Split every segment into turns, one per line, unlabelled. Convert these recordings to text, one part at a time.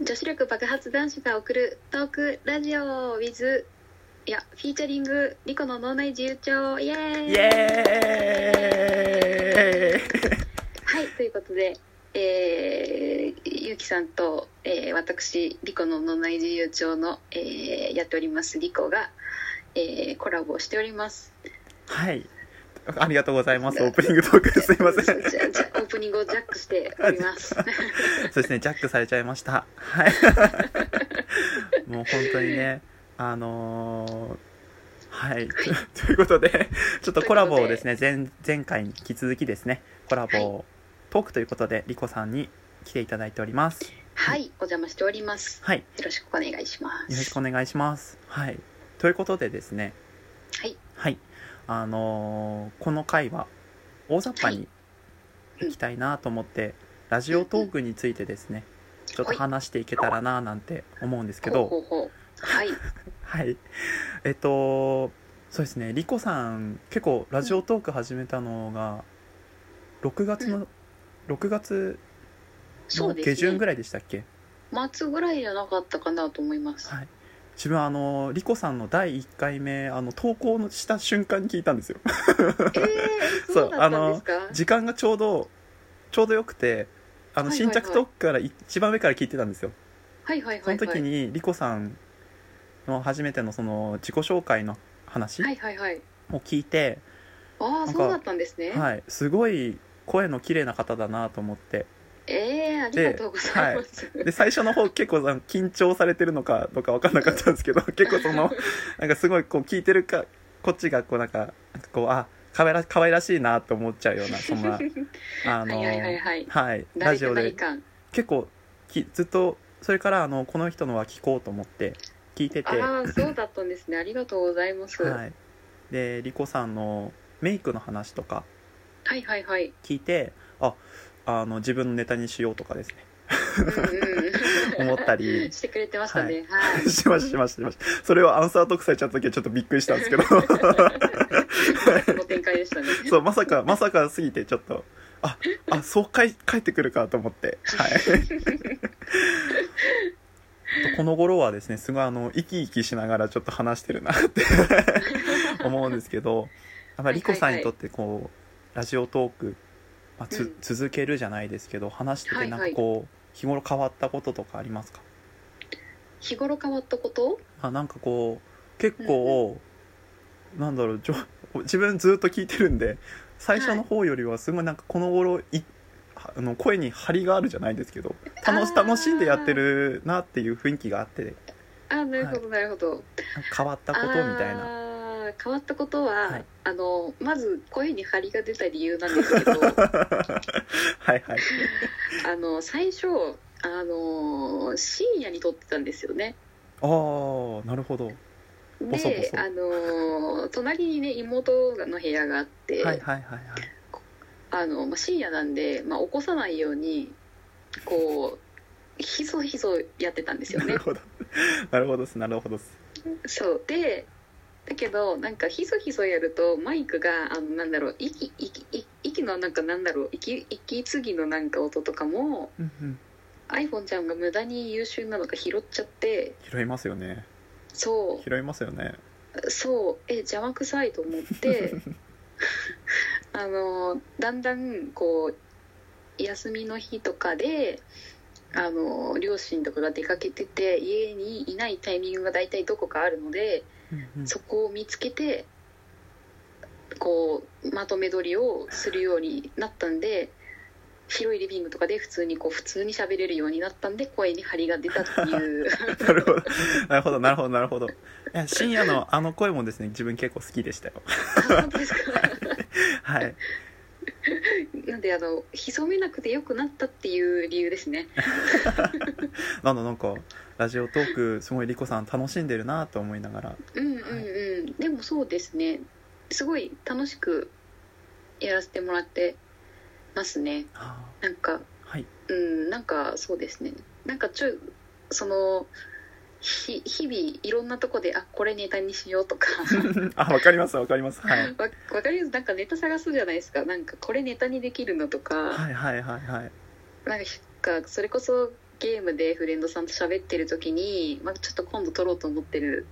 女子力爆発男子が送るトークラジオ with いやフィーチャリングリコの脳内自由帳イエーイ
イエーイ
はいということで、えー、ゆうきさんと、えー、私リコの脳内自由帳の、えー、やっておりますリコが、えー、コラボをしております
はいありがとうございますオープニングトー クすいません
じゃじゃオープニングをジャックしております
そうですねジャックされちゃいましたはい もう本当にねあのーはい、とということでちょっとコラボをですね前前回に引き続きですねコラボを、トークということでリコさんに来ていただいております
はいお邪魔しております
はいよ
よろしくお願いしま
ろし
す
くお願いしますはいということでですね
はい
はいあのーこの回は大雑把に
はい
いきたいなと思って、ラジオトークについてですねちょっと話していけたらななんて思うんですけ
ほう
ど
ほうほうはい
はいえっとそうですねリコさん結構ラジオトーク始めたのが6月の、6月
そ
の
うですね
下旬ぐらいでしたっけ、
末ぐらいじゃなかったかなと思い ます
はい自分はあのリコさんの第1回目あの投稿のした瞬間に聞いたんですよ
えー、
そう
そうだったんですか
時間がちょうどちょうどよくてあの
はいはい
新
はい
着トークから一番上から聞いてたんですよ
はいはい
そ
はい
の
は
時
い
にリコさんの初めてのその自己紹介の話
はいはいはい
を聞いて、
あ
な
あ
んか
そうだったんですね、
はい、すごい声の綺麗な方だなと思って
ええありがとうございます、
で最初の方結構あの緊張されてるのかどうか分かんなかったんですけ ど結構そのなんかすごいこう聞いてるかこっちがこうなんかなんかこうあ可愛ら可愛らしいなと思っちゃうようなそ んなあの
はいはいはいはい
はいラ
誰
ジ
か
オ
何
で
か
結構きずっとそれからあのこの人のは聞こうと思って聞いてて、は
ああそうだったんですねありがとうございます、はい、
い、でリコさんのメイクの話とか
はいはい はい
聞いてああの自分のネタにしようとかです ね
うんうん
思ったり
してくれてましたねはい、
しましたしましたしましたそれをアンサートークされちゃった時はちょっとびっくりしたんですけど
その展開でしたね
そうまさかまさかすぎてちょっとああそうかい帰ってくるかと思ってはい あとこの頃はですねすごいあの生き生きしながらちょっと話してるなって 思うんですけどやっぱりリコさんにとってこう、ラジオトーク、まあつ
うん
続けるじゃないですけど話して
は
て
い
なん
は
か
い
こう、日頃変わったこととかありますか
日頃変わったこと
あなんかこう結構、なんだろうじょ自分ずっと聞いてるんで最初の方よりはすごいなんかこの頃いはあの声に張りがあるじゃないですけど楽し
あー
楽しんでやってるなっていう雰囲気があって
ああなるほどなるほど、
なんか変わったことみたいな
あー変わったことは、
はい
あのまず声に張りが出た理由なんですけど
はいはい
あの最初あの深夜に撮ってたんですよね
ああなるほどはいボソボ
で
ソ
あの隣にね妹の部屋があって、
はいはいはい
あのまあ深夜なんで、まあ、起こさないようにこうひそひそやってたんですよ
な
ね
るほどなるほどっすなるほどっす
そうでだけどなんかひそひそやるとマイクがあのなんだろう息息息息のなんかなんだろう息息継ぎのなんか音とかも
うんうん
iPhone ちゃんが無駄に優秀なのか拾っちゃって
拾いますよね
そ
拾いますよね
うそうえ邪魔くさいと思って あのだんだんこう休みの日とかであの両親とかが出かけてて家にいないタイミングが大体どこかあるので。
うんうん
そこを見つけてこうまとめ撮りをするようになったんで広いリビングとかで普通にこう普通に喋れるようになったんで声に張りが出たって いう
なるほど、なるほど、なるほど、なるほど。いや、深夜のあの声もですね、自分結構好きでしたよ。
あ本当ですか
はい。
なんであの潜めなくてよくなったっていう理由ですね
なの、なんか、ラジオトーク、すごいリコさん楽しんでるなと思いながら。
うんうんうんでもそうですねすごい楽しくやらせてもらってますね
あ
なんか
ーはい。
うん、なんかそうですねなんかちょいそのひ日々いろんなとこであこれネタにしようとか
あ、わかります、わかります。はい。
わわかりますなんかネタ探すじゃないですかなんかこれネタにできるのとか、
はい、はい、はい、はい。
なんかそれこそゲームでフレンドさんと喋ってる時に、まあ、ちょっと今度撮ろうと思ってる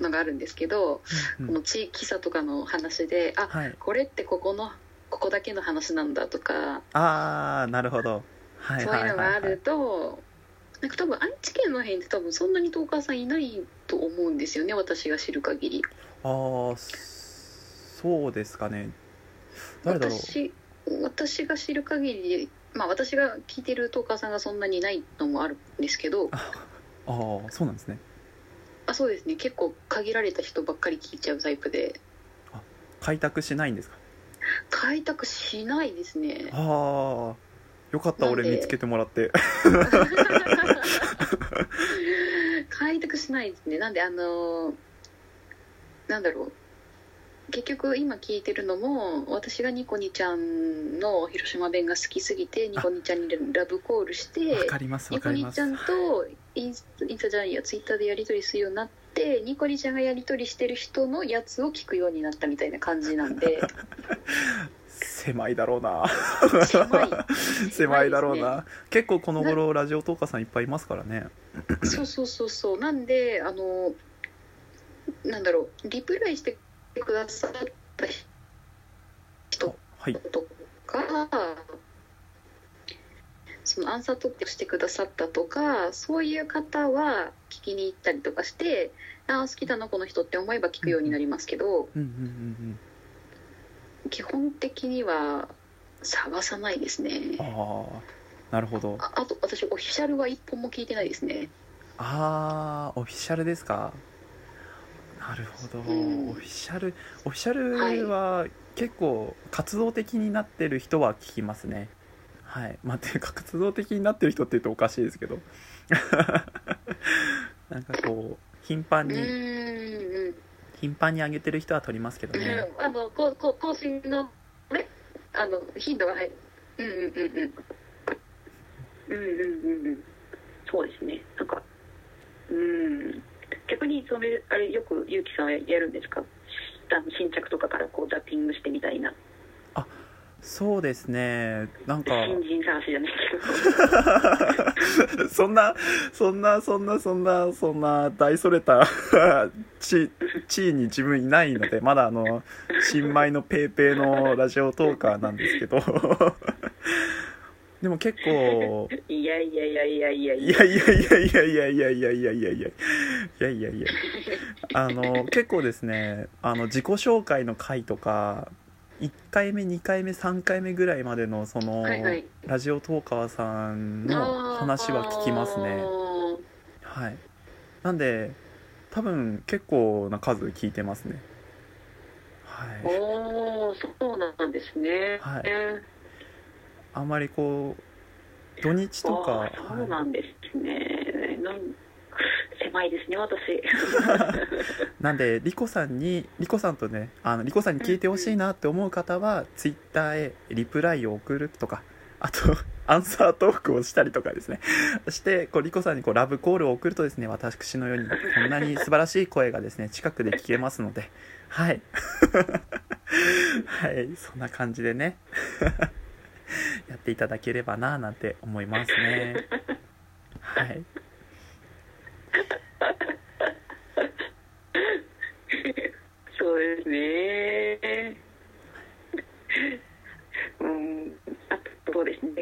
のがあるんですけど、
うん
この地域差とかの話であ
はい
これってここのここだけの話なんだとか、
ああなるほどはい
そう
はいいうは
の
い
があ
は
る
い
となんか多分愛知県の辺って多分そんなにトーカーさんいないと思うんですよね私が知る限り
あーそうですかね誰だろう
私私が知る限りまあ私が聞いてるトーカーさんがそんなにいないのもあるんですけど
ああそうなんですね
あそうですね結構限られた人ばっかり聞いちゃうタイプで
開拓しないんですか
開拓しないですね
ああよかった
なんで
俺見つけてもらって
開拓しないですねなんであのなんだろう結局今聞いてるのも私がニコニちゃんの広島弁が好きすぎてニコニちゃんにラブコールして
わかりますわ
ニコ
かり
ニ
ます
ちゃんとインスインスタじゃないやツイッターでやり取りするようになってニコニちゃんがやり取りしてる人のやつを聞くようになったみたいな感じなんで
狭いだろうな
狭い
狭いだろうな、結構この頃ラジオトーカーさんいっぱいいますからね
そうそうそうそうなんであのなんだろうリプライしてくださった
あ
人
はい
とかそのアンサートークしてくださったとかそういう方は聞きに行ったりとかしてああ好きだなこの人って思えば聞くようになりますけど
うんうんうん
基本的には探さないですね
うんああなるほど
ああと私オフィシャルは一本も聞いてないですね
あーオフィシャルですかなるほど、
うん
オフィシャルオフィシャルは結構活動的になってる人は聞きますねはいまあていうか活動的になってる人って言うとおかしいですけど なんかこう頻繁
う
に、
ーんうん
頻繁に上げてる人は取りますけどね
うんあのこうこう更新のねあの頻度が入るうんうんうんうんうんうんうんうんそうですねなんかうん逆にそれあれよくゆうきさんはやるんですかあの新着とかからこうザッピングしてみたいな
そうですね なんか
新人探しじゃない
そんな、そんな、そんな、そんな、そんな、大それた 地、地位に自分いないので、まだあの、新米のペーペーのラジオトーカーなんですけど、 でも結構、
けどいやいやいやいやいや
いやいやいやいやいやいやいやいやいやいやいやいやいやあの結構ですねあの自己紹介の回とか1回目2回目3回目ぐらいまでのその、
はいはい
ラジオトーカーさんの話は聞きますねはいなんで多分結構な数聞いてますねはい
おおそうなんですね
はい
え
あんまりこう土日とか、
あーそうなんですね、なん狭いですね私
なんでリコさんにリコさんとねあのリコさんに聞いてほしいなって思う方はツイッターへリプライを送るとかあと アンサートークをしたりとかですね してこうリコさんにこうラブコールを送るとですね私のようにこんなに素晴らしい声がですね近くで聞けますのではい はいそんな感じでね やっていただければなぁなんて思いますねはい
そうですねうんあとそうですね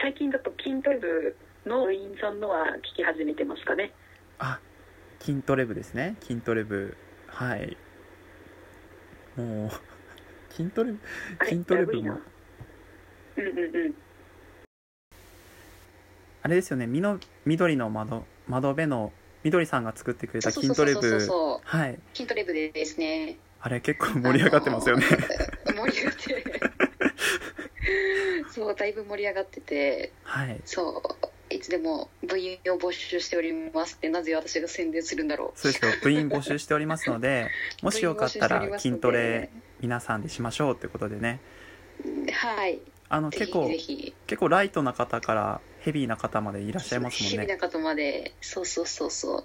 最近だと筋トレ部の部員さんのは聞き始めてますかね
あ筋トレ部ですね筋トレ部はいもう 筋トレ部
あれ
筋トレ部
やばいな
も
うんうんうん
あれですよねみの緑の窓窓辺の緑さんが作ってくれた
そうそう
筋トレ
そうそう
部
そう
はい
筋トレ部でですね
あれ結構盛り上がってますよね
あのー盛り上がってそうだいぶ盛り上がってて
はい
そういつでも部員を募集しておりますってなぜ私が宣伝するんだろう
そうですよ部員募集しております のでもしよかったら筋トレ皆さんでしましょうってことでね
はい
あの
ぜ
結
ひ
構
ぜひ
結構ライトな方からヘビーな方までい
い
らっしゃいますもんね
な方までそうそうそうそ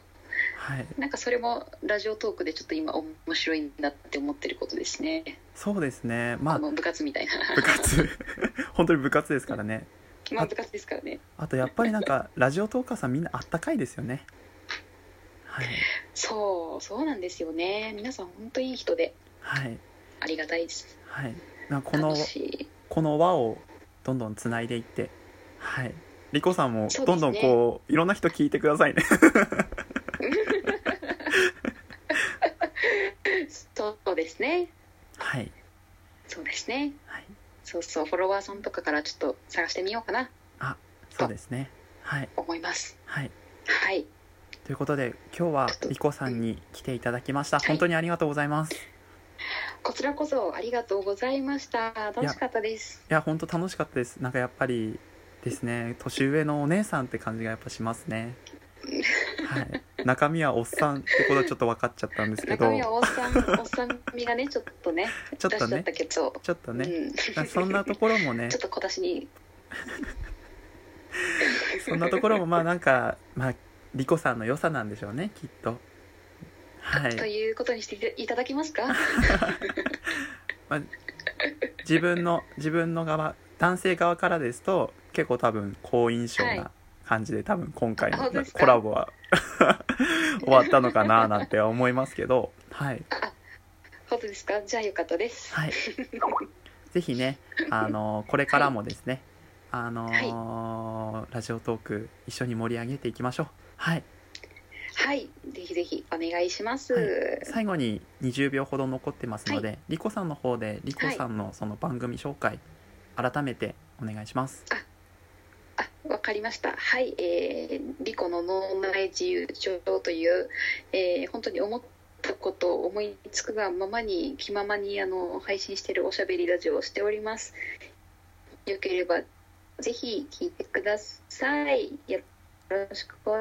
はいう
なんかそれもラジオトークでちょっと今面白いなって思ってることですね
そうですねま
あ
あ
の部活みたいな
部活本当に部活ですからね
気まずかしいですからね
あとやっぱりなん かラジオトーカーさんみんなあったかいですよねはい
そうそうなんですよね皆さん本当いい人で
はい
ありがたいです
はいなんかこの
楽しい
この輪をどんどんつないでいってはいリコさんも
そうで
ど
す
ん
ね
どんこういろんな人聞いてくださいね
そうですね
はい
そうですね
はい
そうそうフォロワーさんとかからちょっと探してみようかな
そうですねはい
思います
はい
はい
ということで今日はリコさんに来ていただきました本当にありがとうございますい
こちらこそありがとうございました楽しかったです
や本当楽しかったですなんかやっぱりですね年上のお姉さんって感じがやっぱしますねはい中身はおっさんってことはちょっと分かっちゃったんですけ
中
ど
身はおっさんおっさん身がねちょっとね
ちょっ
出
と
しちゃっ
ね
たけど、
ちょっと
う
ね
ん、ち
そんなところもね
ょっと小出しに
そんなところもまあなんかまあリコさんの良さなんでしょうねきっとは
と
い、
いうことにしていただけますか
まあ、自分の自分の側男性側からですと結構多分好印象
はい
な感じで、多分今回
あ
の
本当ですか
コラボは 終わったのかななんて思いますけどはい
本当ですかじゃあよかったです
はいぜひねあのこれからもですね、あのラジオトーク一緒に盛り上げていきましょうはい
はいぜひぜひお願いします、
は最後に20秒ほど残ってますので、リコさんの方でリコさんのその番組紹介、改めてお願いします
あわかりましたはいえー、リコの脳内自由帳という、えー本当に思ったことを思いつくがままに気ままにあの配信しているおしゃべりラジオをしておりますよければぜひ聞いてくださいよろしくお